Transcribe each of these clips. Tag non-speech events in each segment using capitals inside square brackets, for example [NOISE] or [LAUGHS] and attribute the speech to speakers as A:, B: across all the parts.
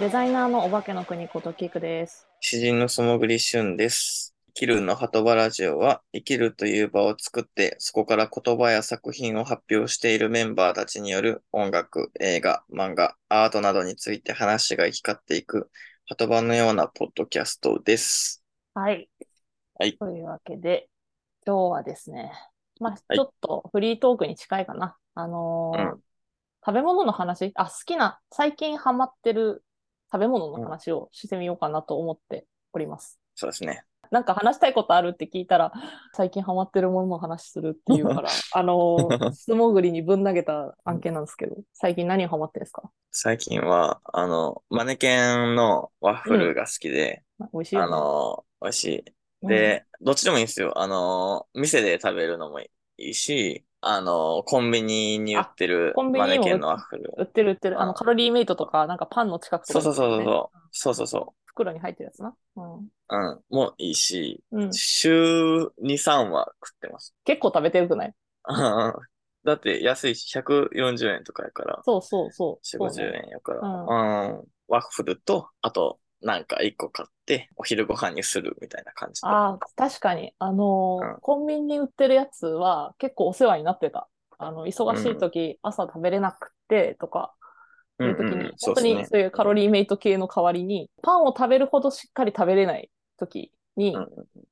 A: デザイナーのお化けの国ことキクです。
B: 詩人のそもぐりしゅんです。生きるの鳩場ラジオは、生きるという場を作って、そこから言葉や作品を発表しているメンバーたちによる音楽、映画、漫画、アートなどについて話が行き交っていく、鳩場のようなポッドキャストです。
A: はい。
B: はい
A: というわけで、今日はですね、まあ、
B: はい
A: ちょっとフリートークに近いかな。あのー
B: う
A: 食べ物の話、あ、好きな、最近ハマってる食べ物の話をしてみようかなと思っております。
B: そうですね。
A: なんか話したいことあるって聞いたら、最近ハマってるものの話するっていう
B: [LAUGHS]
A: から、あのー、素潜りにぶん投げた案件なんですけど、最近何ハマってるんですか
B: 最近は、あの、マネケンのワッフルが好きで、
A: 美味しいよ
B: あ
A: ね
B: の、美味しい。で、どっちでもいいんですよ。あの、店で食べるのもいいし、あの、コンビニに売ってる
A: あコンビニ
B: マ
A: にも
B: ネケンのワッフル。
A: 売ってる売ってる。あの、
B: うん
A: カロリーメイトとか、なんかパンの近くと
B: そ
A: か
B: うそうそうそう
A: ね
B: そう。そうそうそ
A: 袋に入ってるやつな。うん。
B: う。うん。もいいし、
A: うん、結
B: 週2、3は食ってます。 [LAUGHS]
A: 構食べてるくない
B: うんだって安いし、140円とかやから、
A: そうそうそう。
B: 4、
A: そうね
B: 50円やから、
A: うん
B: うん。ワッフルと、あと、なんか1個買って、お昼ご飯にするみたいな感じで。
A: ああ、確かに。あのー
B: うん
A: コンビニに売ってるやつは結構お世話になってた。あの、忙しい時、朝食べれなくてとか、
B: う
A: い
B: ん
A: う時に、
B: うんうん、そう
A: 本当
B: です
A: に
B: ね。
A: そういうカロリーメイト系の代わりに、パンを食べるほどしっかり食べれない時に、
B: うんうん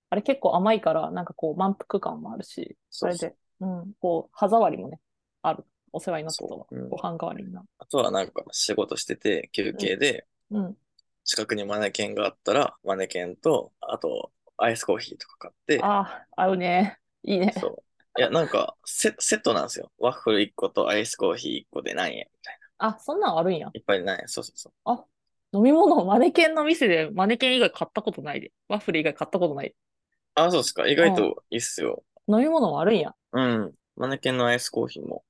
A: あれ結構甘いから、なんかこう満腹感もあるし、そ
B: そう
A: れ
B: そう
A: で、うん、こう、歯触りもね、ある。お世話になったと
B: そ、ううん
A: ご飯代わりになる。
B: あとはなんか仕事してて、休憩で、
A: うん。
B: 近くにマネケンがあったら、マネケンと、あと、アイスコーヒーとか買って、
A: ああ、合うね。いいね。
B: そう。いや、なんかセ、セットなんですよ。ワッフル1個とアイスコーヒー1個で何円みたい
A: あ、そんなんあるんや。
B: な。いっぱいない。そうそうそう。
A: 飲み物、マネケンの店でマネケン以外買ったことないで。ワッフル以外買ったことない。
B: あ、そうですか。意外といいっすよ。
A: 飲み物もあるんや。
B: うん。マネケンのアイスコーヒーも。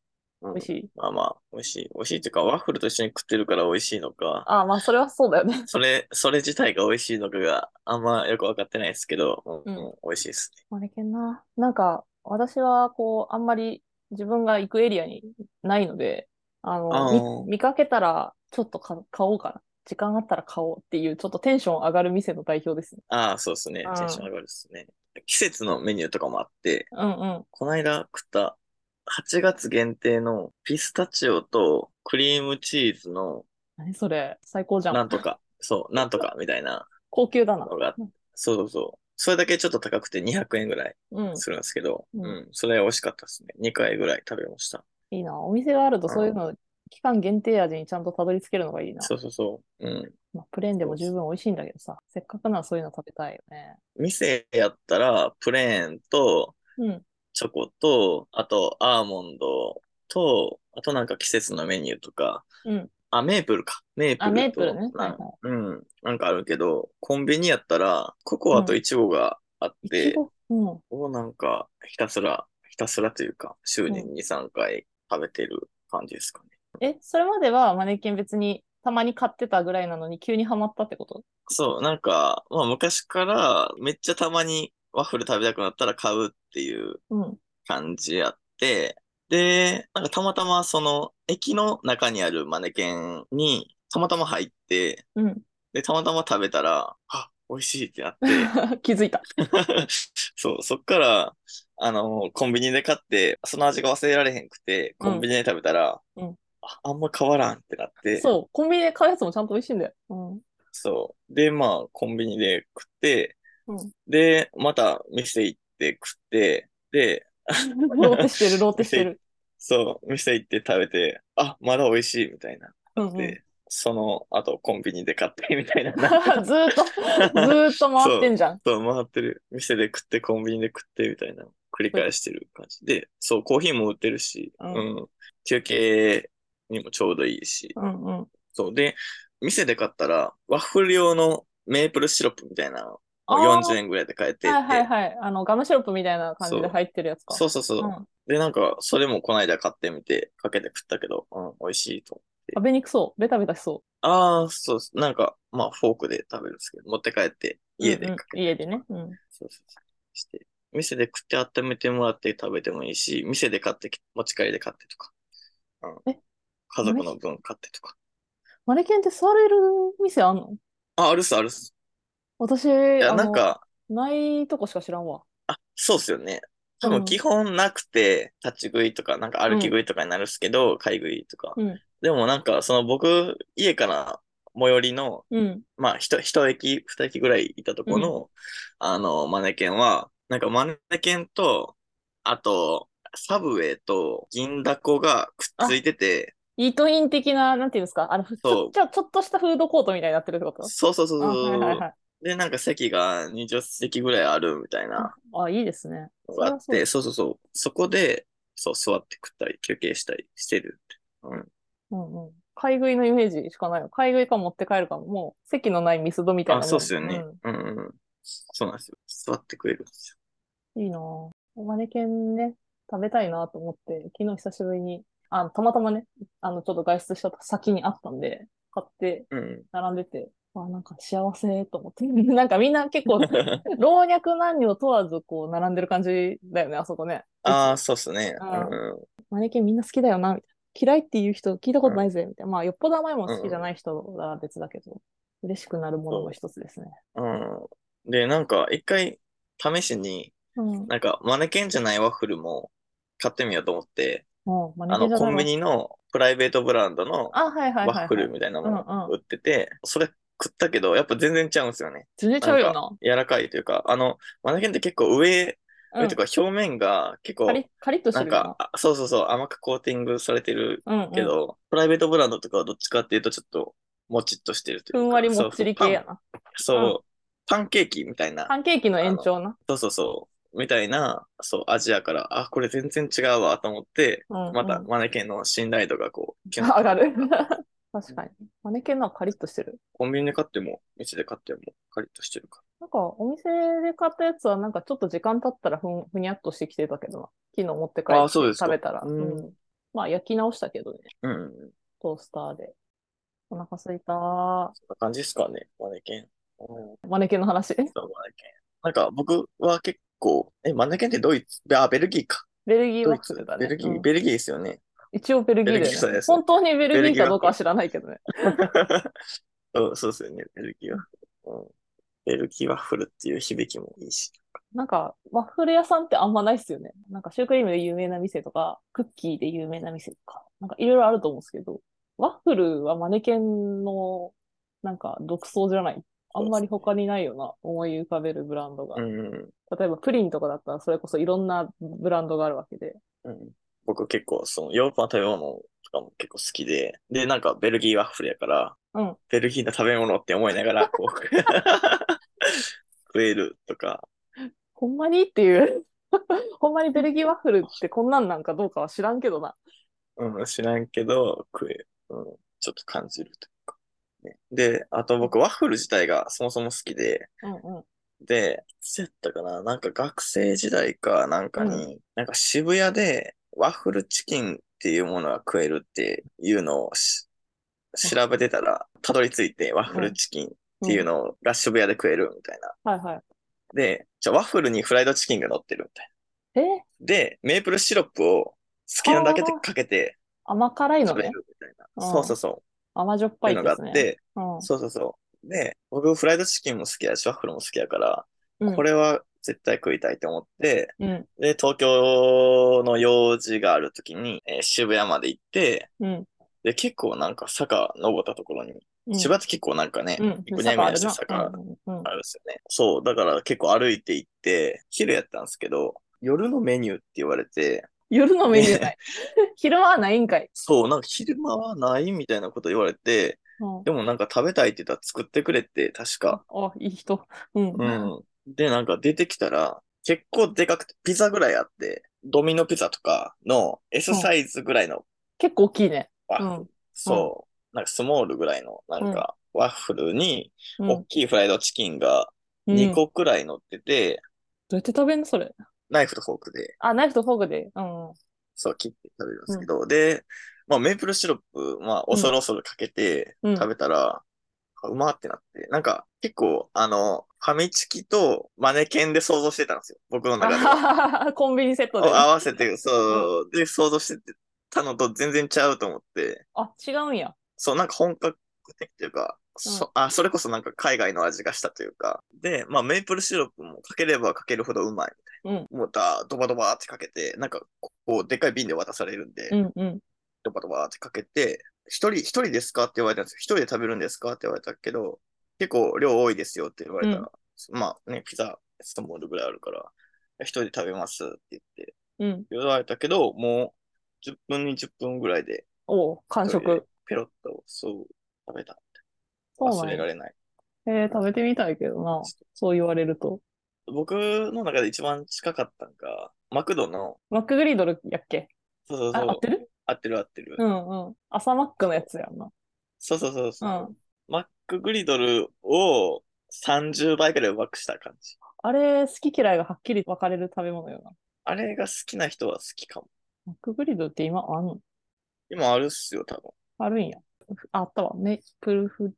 B: うん
A: 美味しい。
B: まあまあ、美味しい。美味しいっていうか、ワッフルと一緒に食ってるから美味しいのか、
A: ああ、まあ、それはそうだよ [LAUGHS] ね。
B: それ、それ自体が美味しいのかがあんまよくわかってないですけど、うん、
A: うん
B: うん美味しいですね。
A: マネケンな。なんか、私は、こう、あんまり自分が行くエリアにないので、あ
B: あ
A: の、
B: ー
A: み見かけたら、ちょっとか買おうかな。時間あったら買おうっていう、ちょっとテンション上がる店の代表ですね。
B: ああ、そうですね
A: うん。
B: テンション上がるですね。季節のメニューとかもあって、
A: うんうん。
B: この間食った8月限定のピスタチオとクリームチーズの
A: 何それ、最高じゃ
B: なん
A: ん。
B: とか、そう、なんとかみたいな
A: 高級だな。
B: のが、そうそうそう。それだけちょっと高くて200円ぐらい
A: うん。
B: するんですけど、
A: う
B: うんん、それ美味しかったですね。2回ぐらい食べました。
A: いいな。お店があると、そういうの、期間限定味にちゃんとたどり着けるのがいいな。
B: そうそうそう。うん。
A: まあ、プレーンでも十分美味しいんだけどさ、せっかくならそういうの食べたいよね。
B: 店やったら、プレーンと、
A: うん。
B: チョコと、あと、アーモンドと、あとなんか季節のメニューとか、
A: うん。
B: あ、メープルか。メープ
A: あ、
B: ル
A: メー
B: と
A: プルね。はい
B: な
A: は
B: うん。なんかあるけど、コンビニやったら、ココアとイチゴがあっ
A: い。い
B: て
A: ち、ご。うん。
B: をなんか、ひたすら、ひたすらというか、週に
A: う
B: 2、3回食べてる感じですかね。
A: え、それまではマネキン別にたまに買ってたぐらいなのに急にハマったってこと
B: そう、なんか、まあ昔から、めっちゃたまにワッフル食べたくなったら買うっていう
A: うん。
B: 感じやって、で、なんかたまたまその、駅の中にあるマネケンに、たまたま入って、
A: うん。 [LAUGHS]
B: で、たまたま食べたら、あ、美味しいってなって、
A: 気づいた。
B: そう、そっから、あの、コンビニで買って、その味が忘れられへんくて、コンビニで食べたら、
A: うん
B: あ、あんま変わらんってなって、
A: そう。コンビニで買うやつもちゃんと美味しいんだよ。
B: [LAUGHS]
A: うん。
B: そう。で、まあ、コンビニで食って、
A: うん。
B: で、また店行って食って、で、
A: ローテしてる、ローテしてる。
B: そう、店行って食べて、あ、まだ美味しいみたいな。
A: うん、うん。 [LAUGHS]
B: で、その後コンビニで買ってみたいな。
A: ずー
B: [LAUGHS]
A: っと、ずーっと回ってんじゃん。
B: そう、回ってる。店で食って、コンビニで食って、みたいな。繰り返してる感じ。で、そう、コーヒーも売ってるし、
A: うん
B: うん。休憩にもちょうどいいし。
A: うんうん。
B: そう。で、店で買ったら、ワッフル用のメープルシロップみたいなのを
A: あー
B: 40円ぐらいで買えて
A: はいはいはい。あの、ガムシロップみたいな感じで
B: そう
A: 入ってるやつか。
B: そうそうそう。
A: うん。
B: で、なんか、それもこの間買ってみて、かけて食ったけど、うん、美味しいと。
A: 食べにくそう。ベタベタしそ
B: ああ、そうです。なんか、まあ、フォークで食べるんですけど、持って帰って、
A: う。
B: 家で
A: うん
B: か
A: うん
B: けて、
A: 家でね。うん。
B: そうそうそう。して、店で食って温めてもらって食べてもいいし、店で買ってき、持ち帰りで買ってとか、うん
A: え。
B: 家族の分買ってとか。
A: マネケンって座れる店あんの
B: あ、あるっす、あるっす。
A: 私、
B: いや、
A: あ
B: なん
A: の、
B: か、
A: ないとこしか知らんわ。
B: あ、そうっすよね。多
A: うん
B: 分基本なくて、立ち食いとか、なんか歩き食いとかになるっすけど、買い食いとか。
A: うん
B: でもなんか、その僕、家から最寄りの、
A: うん。
B: まあ、ひと一駅、二駅ぐらいいたとこの、あの、マネケンは、なんかマネケンと、あと、サブウェイと銀だこがくっついてて、
A: イートイン的な、なんていうんですかあの、ち
B: そ
A: ょ
B: う
A: ちょちょっとしたフードコートみたいになってるってこと
B: そうそうそう
A: あ、
B: そう
A: はいはいはい。
B: で、なんか席が20席ぐらいあるみたいな
A: あ、いいですね。
B: のがあっ
A: そりゃ
B: て、そうそうそう、そこで、そう、座って食ったり、休憩したりしてる。
A: そううんうん。買い食いのイメージしかないよ。買い食いか持って帰るかも。もう、席のないミスドみたい
B: あ、
A: なもん
B: そうっすよね
A: ん。
B: うんうんうん。そうなんですよ。座って食えるんですよ。
A: いいなぁ。マネケンね、食べたいなと思って、昨日久しぶりに、あ、たまたまね、あの、ちょっと外出した先にあったんで、買って、 [LAUGHS]
B: うん。
A: 並んでて、あ、なんか幸せと思って。 [LAUGHS] なんかみんな結
B: [LAUGHS]
A: 構、老若男女問わず、こう、並んでる感じだよね、あそこね。
B: ああ、そうっすね。
A: あー
B: うんうん
A: マネケンみんな好きだよな、みたいな。嫌いっていう人聞いたことないぜ、みたいな。まあ、よっぽど甘いもの好きじゃない人は別だけど、嬉しくなるものの一つですね。
B: うん。で、なんか、一回、試しに、
A: うん。
B: なんか、マネケンじゃないワッフルも買ってみようと思って、
A: もう、マネ
B: あ
A: ケ
B: の、
A: ンじゃない
B: コンビ
A: わ。
B: ニのプライベートブランドの
A: あ、はいはいはい、
B: ワ
A: はい。
B: ッフルみたいなの
A: うんうん
B: を売ってて、それ食ったけど、やっぱ全然ちゃうんですよね。
A: 全然ちゃうよな。
B: 柔らかいというか、あの、マネケンって結構上、
A: う
B: 上
A: ん
B: というか表面が結構
A: カリ、カリッとして
B: なん
A: るよ
B: か、あそうそうそう、甘くコーティングされてる
A: な。うん、うん。
B: けど、プライベートブランドとかはどっちかっていうとちょっと、もちっとしてるという
A: ふ
B: か。
A: んわりもっちり系やな。
B: そうう、パンそうパンケーキみたいな
A: パンケーキの延長な。
B: そうそうそう。みたいな、そう、アジアから、あ、これ全然違うわと思って、
A: うんうん
B: またマネケンの信頼度がこう、キュン
A: [LAUGHS] 上
B: [LAUGHS]
A: がる。確かに。マネケンのはカリッとしてる。
B: コンビニで買っても、店で買っても、カリッとしてるか
A: なんか、お店で買ったやつは、なんかちょっと時間経ったらふん、ふにゃっとしてきてたけどな。昨日持って帰
B: ら。あ
A: っ
B: あ、
A: て
B: そうです
A: 食
B: か
A: べ。たら。
B: うん
A: うんまあ、焼き直したけどね。
B: うんうん。そん
A: トースターで。お腹すいたー。
B: な感じですかね、マネケン。うん、
A: マネケンの話。
B: そう、マネケン。なんか、僕は結構、え、マネケンってドイツ、あ、ベルギーか。
A: ベルギー
B: ド
A: ワ
B: イ
A: ッ
B: ツ
A: フルだ、ね。
B: ベルギー、
A: うん
B: ベルギーですよね。
A: 一応ベルギーだ
B: ベルギーそ
A: よ
B: う
A: ね
B: で。す
A: 本当にベルギ
B: ベル
A: ー
B: ギー
A: かどうかは知らないけどね。
B: そうそうですよね、ベルギーは。うん。ベルギーワッフルっていう響きもいいし。
A: なんか、ワッフル屋さんってあんまないっすよね。なんか、シュークリームで有名な店とか、クッキーで有名な店とか、なんかいろいろあると思うんですけど、ワッフルはマネケンの、なんか、独創じゃない。あんまり他にないような思い浮かべるブランドが
B: う。ん。
A: 例えば、プリンとかだったら、それこそいろんなブランドがあるわけで。
B: うん、僕結構そのヨーロッパの食べ物とかも結構好きで、で、なんかベルギーワッフルやから、
A: うん
B: ベルギーの食べ物って思いながら、こう、
A: [LAUGHS]
B: 食えるとか、
A: ほんまにっていう。 [LAUGHS] ほんまにベルギーワッフルってこんなんなんかどうかは知らんけどな。
B: うん、知らんけど、食える、うん、ちょっと感じるというか、ね。で、あと僕ワッフル自体がそもそも好きで、
A: うんうん。
B: で、いつやったかな、なんか学生時代かなんかに、なんか渋谷でワッフルチキンっていうものが食えるっていうのをし調べてたら、たどり着いてワッフルチキンっていうのが渋谷で食えるみたいな。
A: はいはい。
B: で、じゃあワッフルにフライドチキンが乗ってるみたい
A: え
B: な。で、メープルシロップを好きなだけでかけて
A: 甘辛いの
B: 食べ
A: ね
B: る。みたいな。
A: うん
B: そうそうそう。
A: 甘じょっ
B: っ
A: ぱ
B: てい
A: い
B: の
A: う
B: が
A: で
B: あ
A: す
B: っ
A: ね。
B: て、そうそうそう。で、僕フライドチキンも好きやし、ワッフルも好きやから、
A: うん。
B: これは絶対食いたいと思って、
A: うん。
B: で、東京の用事があるときに、えー渋谷まで行って、
A: うん。
B: で、結構なんか坂登ったところに、
A: うん。
B: 渋谷って結構なんかね、
A: うん、
B: ぐにゃぐにゃした坂
A: 坂あるなうんうんうん
B: あるんですよね。そう、だから結構歩いて行って、昼やったんですけど、夜のメニューって言われて、
A: 夜のメニューない。昼間はないんかい。
B: そう、なんか昼間はないみたいなこと言われて、
A: うん
B: でもなんか食べたいって言ったら作ってくれって、確か。
A: あ、いい人。うん。
B: うん。で、なんか出てきたら、結構でかくて、ピザぐらいあって、ドミノピザとかの S サイズぐらいの
A: 結構大きいね。
B: ワッ
A: う
B: フル
A: ん。
B: そう。なんかスモールぐらいの、なんか、ワッフルに、
A: うん
B: 大きいフライドチキンが2
A: うんど
B: 個くらい乗ってて、
A: うやって食べんのそれ。
B: ナイフとフォークで、
A: あ、ナイフとフォークで。うん。
B: そう、切って食べるんですけど、で、まあ、メープルシロップ、まあ、恐る恐るかけて
A: うん
B: 食べたら、うまってなって、なんか、結構、あの、ファミチキとマネケンで想像してたんですよ、僕の
A: あ
B: 中では。
A: ははははコンビニセット
B: を
A: で。
B: 合わせて、そう、で、想像してたのと全然ちゃうと思って、
A: あ、違うんや。
B: そう、なんか本格的というか、そあそれこそなんか海外の味がしたというか、で、まあメープルシロップもかければかけるほどうまいみたいな。もうだ、ドバドバーってかけて、なんかこう、でっかい瓶で渡されるんで、
A: うんうん。
B: ドバドバーってかけて、一人、一人ですかって言われたんですよ。一人で食べるんですかって言われたけど、結構量多いですよって言われたら、まあね、ピザ、ストモールぐらいあるから、一人で食べますって言って、
A: うん。
B: 言われたけど、もう10分、20分ぐらいで、
A: おう完
B: それ
A: 食。
B: ペロッと、そう、食べた。
A: そう
B: 忘
A: なん
B: れ
A: や
B: られない。
A: えー、食べてみたいけどな。そう言われると。
B: 僕の中で一番近かったんが、マクドの、
A: マックグリードルやっけ
B: そうそう
A: あ、
B: そ
A: 合
B: う
A: っ、てる
B: 合ってる合ってる。
A: うんうん。朝マックのやつやんな。
B: そうそうそうそうう。マックグリドルを30倍くらいうまくした感じ。
A: あれ、好き嫌いがはっきり分かれる食べ物よな。
B: あれが好きな人は好きかも。
A: マックグリードルって今あんの
B: 今あるっすよ、多分。
A: あるんや。ああったわ。メイプル風、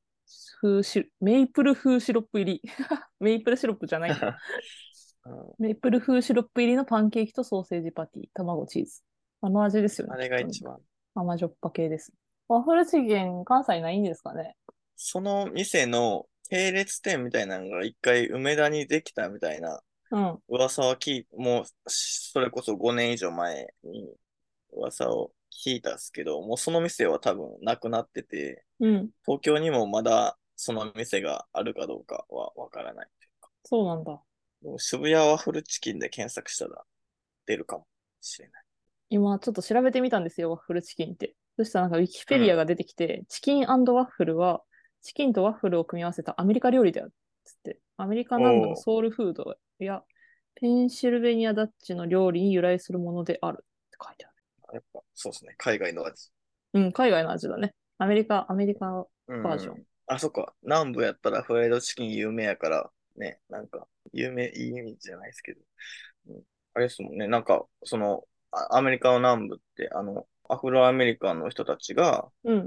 A: 風シメイプル風シロップ入り。 [LAUGHS] メイプルシロップ
B: [LAUGHS]
A: じゃない。
B: う
A: メイプル風シロップ入りのパンケーキとソーセージパティ、卵チーズ。あの味ですよ
B: ん、
A: ね。
B: あれが
A: きっとね
B: 一番。
A: 甘じょっぱ系です。ワッフル資源、関西ないんですかね
B: その店の系列店みたいなのが一回梅田にできたみたいな
A: うん。
B: 噂は聞い、もうそれこそ5年以上前に噂を聞いたっすけど、もうその店は多分なくなってて、
A: うん。
B: 東京にもまだその店があるかどうかはわからない。
A: そうなんだ。
B: もう渋谷ワッフルチキンで検索したら出るかもしれない。
A: 今ちょっと調べてみたんですよ、ワッフルチキンって。そしたらなんかウィキペディアが出てきて、チキンワッフルは、チキンとワッフルを組み合わせたアメリカ料理だよっつって、アメリカ南部
B: おう
A: のソウルフードやペンシルベニアダッチの料理に由来するものであるって書いてあ
B: やっぱそうですね、海外の味。
A: る。うん、海外の味だね。アメリカ、アメリカ、
B: うん
A: バージョン
B: あ、そっか。南部やったらフライドチキン有名やから、ね、なんか、有名、いい意味じゃないですけど。うん、あれですもんね、なんか、その、あアメリカの南部って、あの、アフロアメリカンの人たちが、
A: うんうん、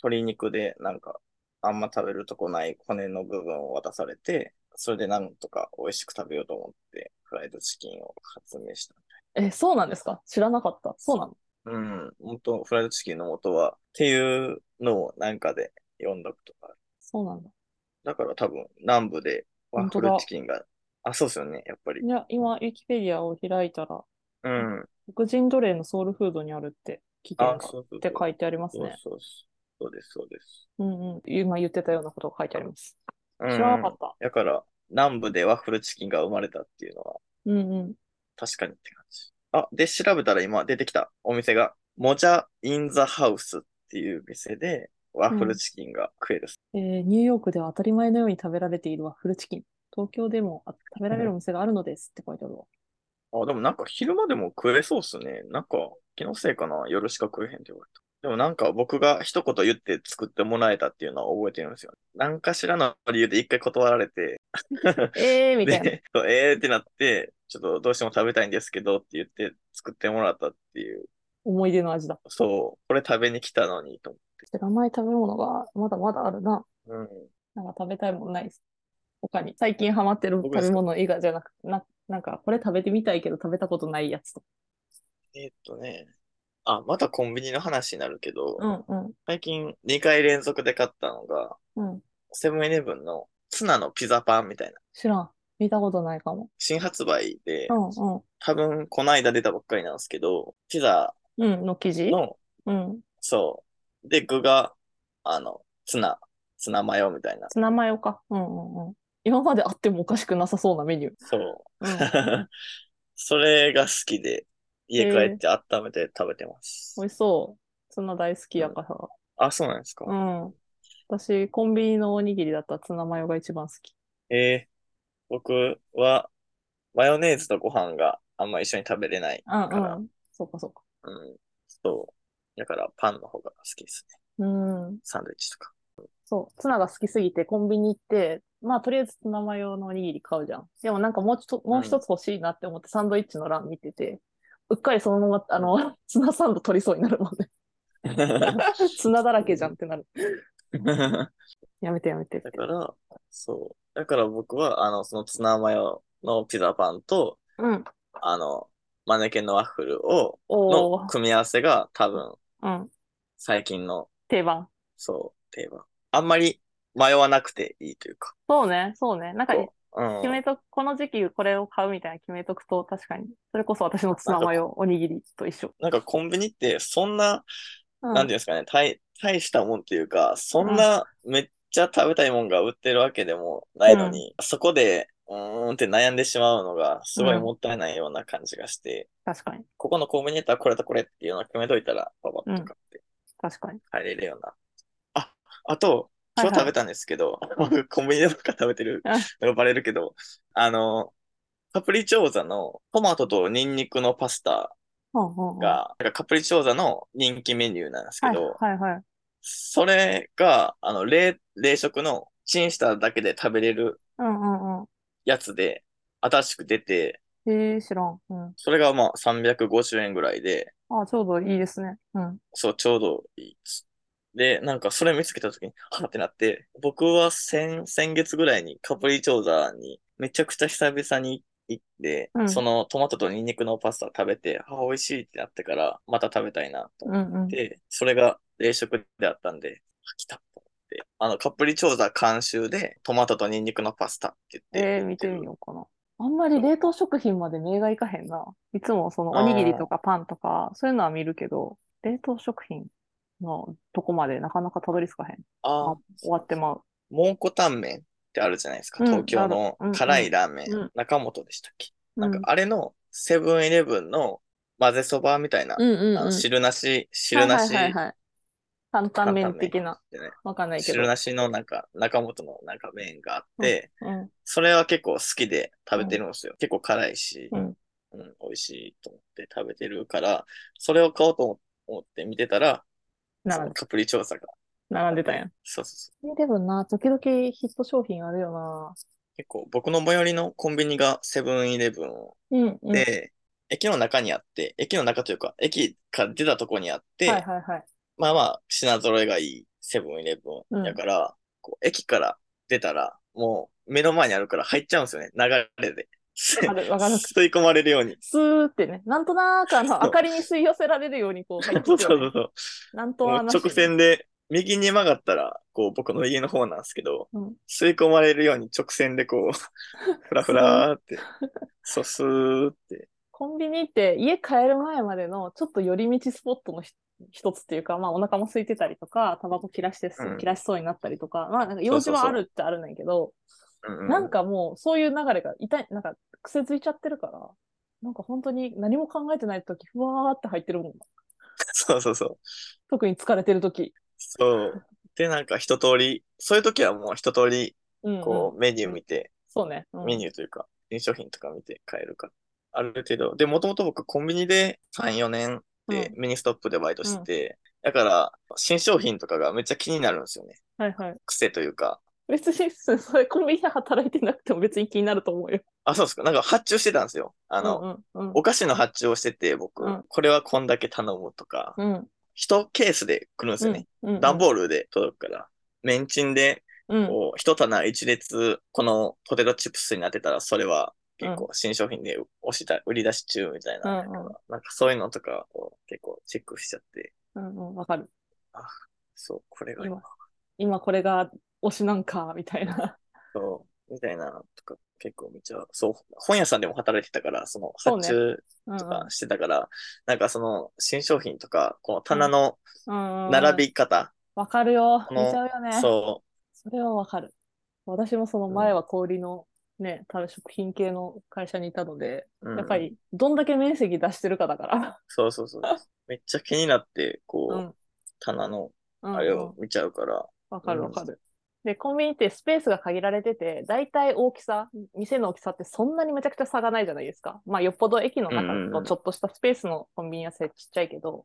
B: 鶏肉で、なんか、あんま食べるとこない骨の部分を渡されて、それでなんとか美味しく食べようと思って、フライドチキンを発明した。
A: え、そうなんですか知らなかった。そうなの
B: うん、元、フライドチキンの元は、っていうのをなんかで読んだことがある。
A: そうなんだ。
B: だから多分、南部でワッフル
A: 本当だ
B: チキンが、あ、そうですよね、やっぱり。
A: いや、今、ウィキペディアを開いたら、
B: うん。
A: 黒人奴隷のソウルフードにあるって、起
B: あ
A: 源、がっ
B: そうそうそう。
A: て書いてあります
B: そう
A: ね。
B: そうそう。そうです、そうです。
A: うんうん。今言ってたようなことが書いてあります。
B: う
A: 知らなか
B: ん
A: っ。た。
B: だから、南部でワッフルチキンが生まれたっていうのは、
A: うんうん。
B: 確かにって感じ。あ、で、調べたら今出てきたお店が、モジャ・イン・ザ・ハウスっていう店で、ワッフルチキンが食える。
A: えーニューヨークでは当たり前のように食べられているワッフルチキン。東京でもあ食べられるお店があるのですって書いてあるわ。
B: あ、でもなんか昼間でも食えそうっすね。なんか気のせいかな。夜しか食えへんって言われた。でもなんか僕が一言言って作ってもらえたっていうのは覚えてるんですよ。何かしらの理由で一回断られて、
A: えーみたいな。
B: で、そうえーってなって、ちょっとどうしても食べたいんですけどって言って作ってもらったっていう。
A: 思い出の味だ。
B: そう、これ食べに来たのにと
A: 知らない食べ物がまだまだあるな。
B: 思って。
A: なんか食べたいもんないです。他に。最近ハマってる
B: 僕
A: 食
B: で
A: べ
B: すか
A: 物以外じゃなくな、なんかこれ食べてみたいけど食べたことないやつとか。
B: うん。えーっとね。あ、またコンビニの話になるけど、
A: うんうん。
B: 最近2回連続で買ったのが、
A: うん。
B: セブンイレブンのツナのピザパンみたいな。
A: 知らん。見たことないかも。
B: 新発売で、
A: うんうん。
B: 多分この間出たばっかりなんですけど、ピザ
A: うん、の生地
B: の、
A: うん。
B: そう、で、具が、あの、ツナ、ツナマヨみたいな。
A: ツナマヨか。うんうんうん。今まであってもおかしくなさそうなメニュー。
B: そう。 [LAUGHS]
A: うん、 [LAUGHS]
B: それが好きで、家帰って温めて食べてます
A: 美。味しそう。ツナ大好きやから。
B: あ、そうなんですか。
A: うん。私、コンビニのおにぎりだったらツナマヨが一番好き。
B: えー僕は、マヨネーズとご飯があんま一緒に食べれない。
A: うん
B: から
A: うん。そうかそうか。
B: うん。そう。だからパンの方が好きですね。
A: うん。
B: サンドイッチと
A: [LAUGHS]
B: か。
A: そう。ツナが好きすぎてコンビニ行って、まあとりあえずツナマヨのおにぎり買うじゃん。でもなんかもうちょっと、もう一つ欲しいなって思ってサンドイッチの欄見てて、うっかりそのまま、あの、 [LAUGHS] ツナサンド取りそうになるもん [LAUGHS] ね。ツナだらけじゃんってなる。やめてやめてって
B: だ。から、そう。だから僕は、あの、そのツナマヨのピザパンと、
A: うん。
B: あの、マネケンのワッフルを、
A: お
B: の
A: ー。
B: 組み合わせが多分、
A: うん。
B: 最近の、
A: 定番。
B: そう、定番。あんまり迷わなくていいというか。
A: そうね、そうね。なんか、
B: こううん
A: 決めとく、この時期これを買うみたいな決めとくと、確かに。それこそ私のツナマヨおにぎりと一緒。
B: なんかコンビニってそんな、
A: う
B: なん
A: ん
B: ていうんですかね、大大したもんっていうか、そんなめっちゃ食べたいもんが売ってるわけでもないのに、そこで、うーんって悩んでしまうのが、すごいもったいないような感じがして、
A: 確かに、
B: ここのコンビニだったらこれとこれっていうのを決めといたら、パパッと買って
A: 確かに。
B: 入れるような。あ、あと、
A: はい
B: 今
A: はい
B: 日食べたんですけど、 [LAUGHS] 僕コンビニでばっか食べてる
A: あ
B: のがバレるけど、あの、カプリチョーザのトマトとニンニクのパスタ
A: うんうんうん
B: が、なんかカプリチョーザの人気メニューなんですけ
A: はい
B: ど、
A: はいはい。
B: それが、あの、冷、冷食のチンしただけで食べれる
A: うんうんうん。
B: やつで、新しく出て、
A: えー、知らん。うん。
B: それがまあ350円ぐらいで、
A: あ、ちょうどいいですね。うん。
B: そう、ちょうどいいです。で、なんかそれ見つけた時に、はぁってなって、僕は先、先月ぐらいにカプリチョーザにめちゃくちゃ久々に行って、
A: うん
B: そのトマトとニンニクのパスタ食べて、あ、美味しいってなってから、また食べたいなと思って
A: うんうん。
B: で、それが冷食であったんで、飽きたと思って、あの、カップリチョーザ監修で、トマトとニンニクのパスタって言って、
A: えー、見てみようかな。あんまり冷凍食品まで目がいかへんな。いつもそのおにぎりとかパンとか、そういうのは見るけど、冷凍食品のとこまでなかなかたどり着かへん。
B: あ
A: あ、終わってまう。
B: 蒙古タンメンってあるじゃないですか。
A: うん
B: 東京の
A: あるうん
B: 辛いラーメン、
A: うん
B: 中本でしたっけ。
A: う
B: なんか、あれのセブンイレブンの混ぜそばみたいな、
A: んうん
B: あ
A: うんう
B: の
A: ん。
B: 汁なし、汁なし、
A: はいはいはいはい。担々麺的な
B: 担々麺じゃない。
A: わかんないけど
B: 汁。なしのなんか、中本のなんか麺があって、
A: うん。
B: それは結構好きで食べてるんですよ。結構辛いし、
A: うん
B: うん美味しいと思って食べてるから、それを買おうと思って見てたら、そ
A: 並ん
B: の
A: で、
B: カプリ調査が。
A: 並んでたんや。
B: そうそうそう。
A: セブンイレブンな、時々ヒット商品あるよな。
B: 結構僕の最寄りのコンビニがセブンイレブン
A: うんうん。はい
B: で、駅の中にあって、駅の中というか、駅から出たとこにあって、
A: はいはい。
B: まあまあ品揃えがいいセブンイレブンやから、こう駅から出たら、もう目の前にあるから入っちゃうんですよね。流れで。
A: わ
B: [LAUGHS]
A: かるわかる
B: 吸い込まれるように。
A: スーってね、なんとなくあ
B: そう
A: の、明かりに吸い寄せられるようにこう入って
B: そう
A: く
B: [LAUGHS] そ
A: よ
B: う
A: ね
B: そうそう。
A: なんと
B: もう
A: はなし
B: 直線で、右に曲がったら、こう僕の家の方なんですけど、
A: うん
B: 吸い込まれるように直線でこう、 [LAUGHS] ふらふらーって、そうスーって。
A: コンビニって家帰る前までのちょっと寄り道スポットのひ一つっていうか、まあお腹も空いてたりとか、タバコ切らしてす、
B: うん
A: 切らしそうになったりとか、まあなんか用事
B: そうそう
A: は
B: そう
A: あるってあるねんやけど、
B: うんうん
A: なんかもうそういう流れが痛い、なんか癖づいちゃってるから、なんか本当に何も考えてない時、ふわーって入ってるもん。
B: そうそうそう。
A: 特に疲れてる時。
B: そう。で、なんか一通り、そういう時はもう一通り、
A: うん、うん。
B: こうメニュー見て、
A: そうね。うん、
B: メニューというか、新商品とか見て買えるから。ある程度。で、もともと僕コンビニで3、4年でミニストップでバイトして、だから、新商品とかがめっちゃ気になるんですよね。
A: うん。はいはい。
B: 癖というか。
A: 別に、そそれコンビニで働いてなくても別に気になると思うよ。
B: あ、そうですか。なんか発注してたんですよ。あの、
A: うんうん
B: お菓子の発注をしてて、僕、
A: うん
B: これはこんだけ頼むとか、
A: うん。うん。
B: 一ケースで来るんですよね。
A: うん。
B: 段ボールで届くから、メンチンで、
A: うん。うん。
B: こう、一棚一列、このポテトチップスになってたら、それは結構新商品で押した、売り出し中みたいな、
A: うんうん
B: なんかそういうのとかを結構チェックしちゃって、
A: うんうん。わかる。
B: そう、これが
A: 今、今これが推しなんか、みたいな。
B: そう、みたいなとか結構めっちゃ、そう、本屋さんでも働いてたから、その
A: そうね
B: 発注
A: うん
B: とかしてたから、なんかその新商品とか、この棚の
A: うん。
B: 並
A: び。
B: び方、
A: わかるよ。
B: こ
A: 見
B: の
A: ちゃうよね。
B: そ
A: それはわかる。私もその前は小売りのね、食べ食品系の会社にいたので、
B: う。うん
A: やっぱりどんだけ面積出してるかだから。
B: そうそうそう。めっちゃ気になって、こう、
A: うん。
B: 棚の
A: うん
B: あれを見ちゃうから。
A: わかるわかる。で、コンビニってスペースが限られてて、大体大きさ、店の大きさってそんなにめちゃくちゃ差がないじゃないですか。まあ、よっぽど駅の中
B: うんうんうん
A: のちょっとしたスペースのコンビニはちっちゃいけど、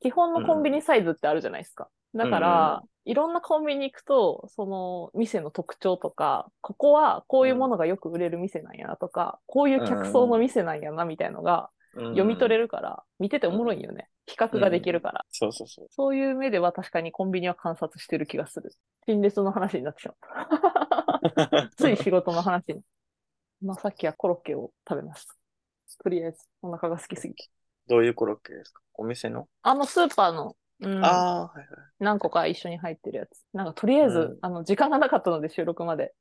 A: 基本のコンビニサイズってあるじゃないですか。だから、いろんなコンビニ行くと、その店の特徴とか、ここはこういうものがよく売れる店なんやなとか、こういう客層の店なんやなみたいのが読み取れ
B: る。
A: るから、見てておもろいよね。比較ができるから。
B: そうそうそう。
A: そういう目では確かにコンビニは観察してる気がする。陳列の話になってしまった。
B: [LAUGHS]
A: つい仕事の話に。まあさっきはコロッケを食べました。とりあえず、お腹が空きすぎて。
B: どういうコロッケですかお店の
A: あのスーパーのうん、
B: ああー、はいはい。
A: 何個か一緒に入ってるやつ。なんかとりあえず、
B: うん
A: あの、時間がなかったので収録まで、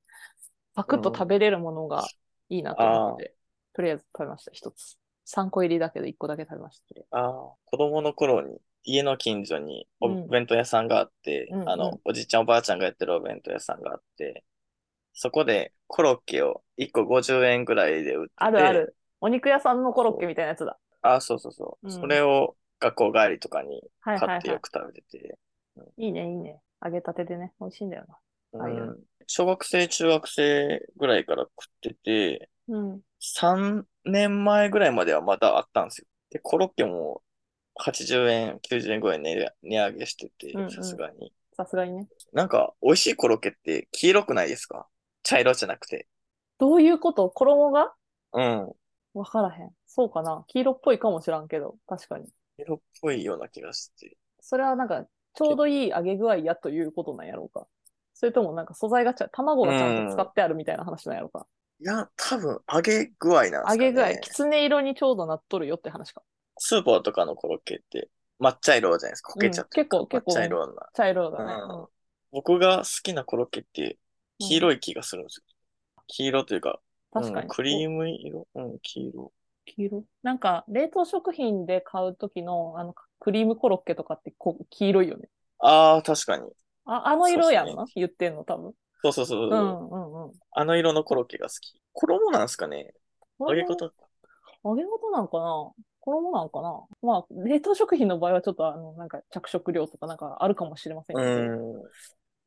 A: パクッと食べれるものがいいなと思って、とりあえず食べました、一つ。3個入りだけど、1個だけ食べました、とりあ
B: ああ、子供の頃に家の近所にお
A: うん
B: 弁当屋さんがあって、
A: うん
B: あの、
A: うん
B: おじいちゃんおばあちゃんがやってるお弁当屋さんがあって、そこでコロッケを1個50円ぐらいで売って
A: えず。あるあ
B: て、
A: る。お肉屋さんのコロッケみたいなやつだ。
B: ああ、そうそうそう。
A: うん
B: それを学校帰りとかに
A: はいはい
B: 買
A: は
B: ってよ
A: い。
B: く食べてて、
A: いいね、いいね。揚げたてでね、美味しいんだよはいはい
B: うん小学生、中学生ぐらいから食ってて、
A: な。うん。
B: 3年前ぐらいまではまだあったんですよ。で、コロッケも80円、90円ぐらい値値上げしてて
A: うんう、ん
B: さすがに。
A: さすがにね。
B: なんか、美味しいコロッケって黄色くないですか茶色じゃなくて。
A: どういうこと衣が
B: うん。
A: わからへん。そうかな。黄色っぽいかもしらんけど、確かに。
B: 黄色っぽいような気がして。
A: それはなんか、ちょうどいい揚げ具合やということなんやろうか。それともなんか素材がちゃ、卵がちゃんと使ってあるみたいな話なんやろうか。
B: いや、多分、揚げ具合なんですかね。
A: 揚げ具合、きつね色にちょうどなっとるよって話か。
B: スーパーとかのコロッケって、抹茶色じゃないですか。
A: う
B: こ
A: ん
B: けちゃってるから、
A: 結構結構
B: 抹茶色な。
A: 茶色だね。
B: うん
A: うん
B: 僕が好きなコロッケって、黄色
A: い。
B: い気がするんですよ。黄色というか、
A: 確か
B: うん
A: に。
B: クリーム色うん、黄色。
A: 黄色なんか、冷凍食品で買う時の、あの、クリームコロッケとかってこ黄色いよね。
B: ああ、確かに。
A: あ、あの色やん
B: そう
A: な、言ってんの、多分。
B: そうそうそう。
A: う
B: うん
A: うんうん。
B: あの色のコロッケが好き。衣なんですかね揚げ方。
A: 揚げ方なんかな衣なんかなまあ、冷凍食品の場合はちょっと、あの、なんか着色料とかなんかあるかもしれません
B: う
A: けど。
B: ん。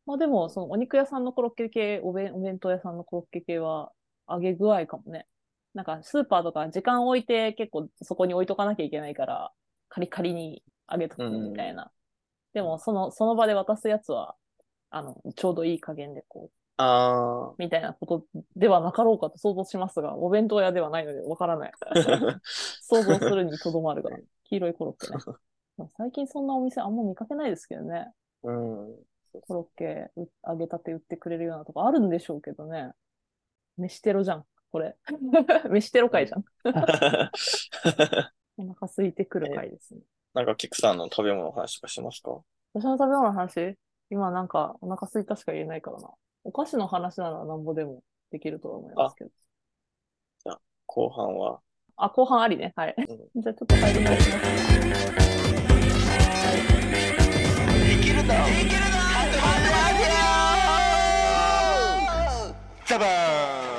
A: まあでも、そのお肉屋さんのコロッケ系、お弁お弁当屋さんのコロッケ系は揚げ具合かもね。なんかスーパーとか時間置いて結構そこに置いとかなきゃいけないから、カリカリに揚げとくみたいな。でも、その、その場で渡すやつは、あの、ちょうどいい加減でこう、
B: ああ。
A: みたいなことではなかろうかと想像しますが、お弁当屋ではないのでわからない。想像するにとどまるが、黄色いコロッケね。でも最近そんなお店あんま見かけないですけどね。
B: [LAUGHS] うん。 [LAUGHS] そう
A: コロッケう揚げたて売ってくれるようなとこあるんでしょうけどね。飯テロじゃん、これ。 [LAUGHS] 飯テロ会じゃん。お腹空いてくる回ですね。
B: なんか、キクさんの食べ物の話とかしますか
A: 私の食べ物の話今なんかお腹空いたしか言えないからな。お菓子の話ならなんぼでもできるとは思いますけど。
B: 後半は。
A: あ、後半ありね。はい。
B: う
A: [LAUGHS] じゃあちょっと入りますね。
C: 生きるぞ生きるぞハトバラジオザバーン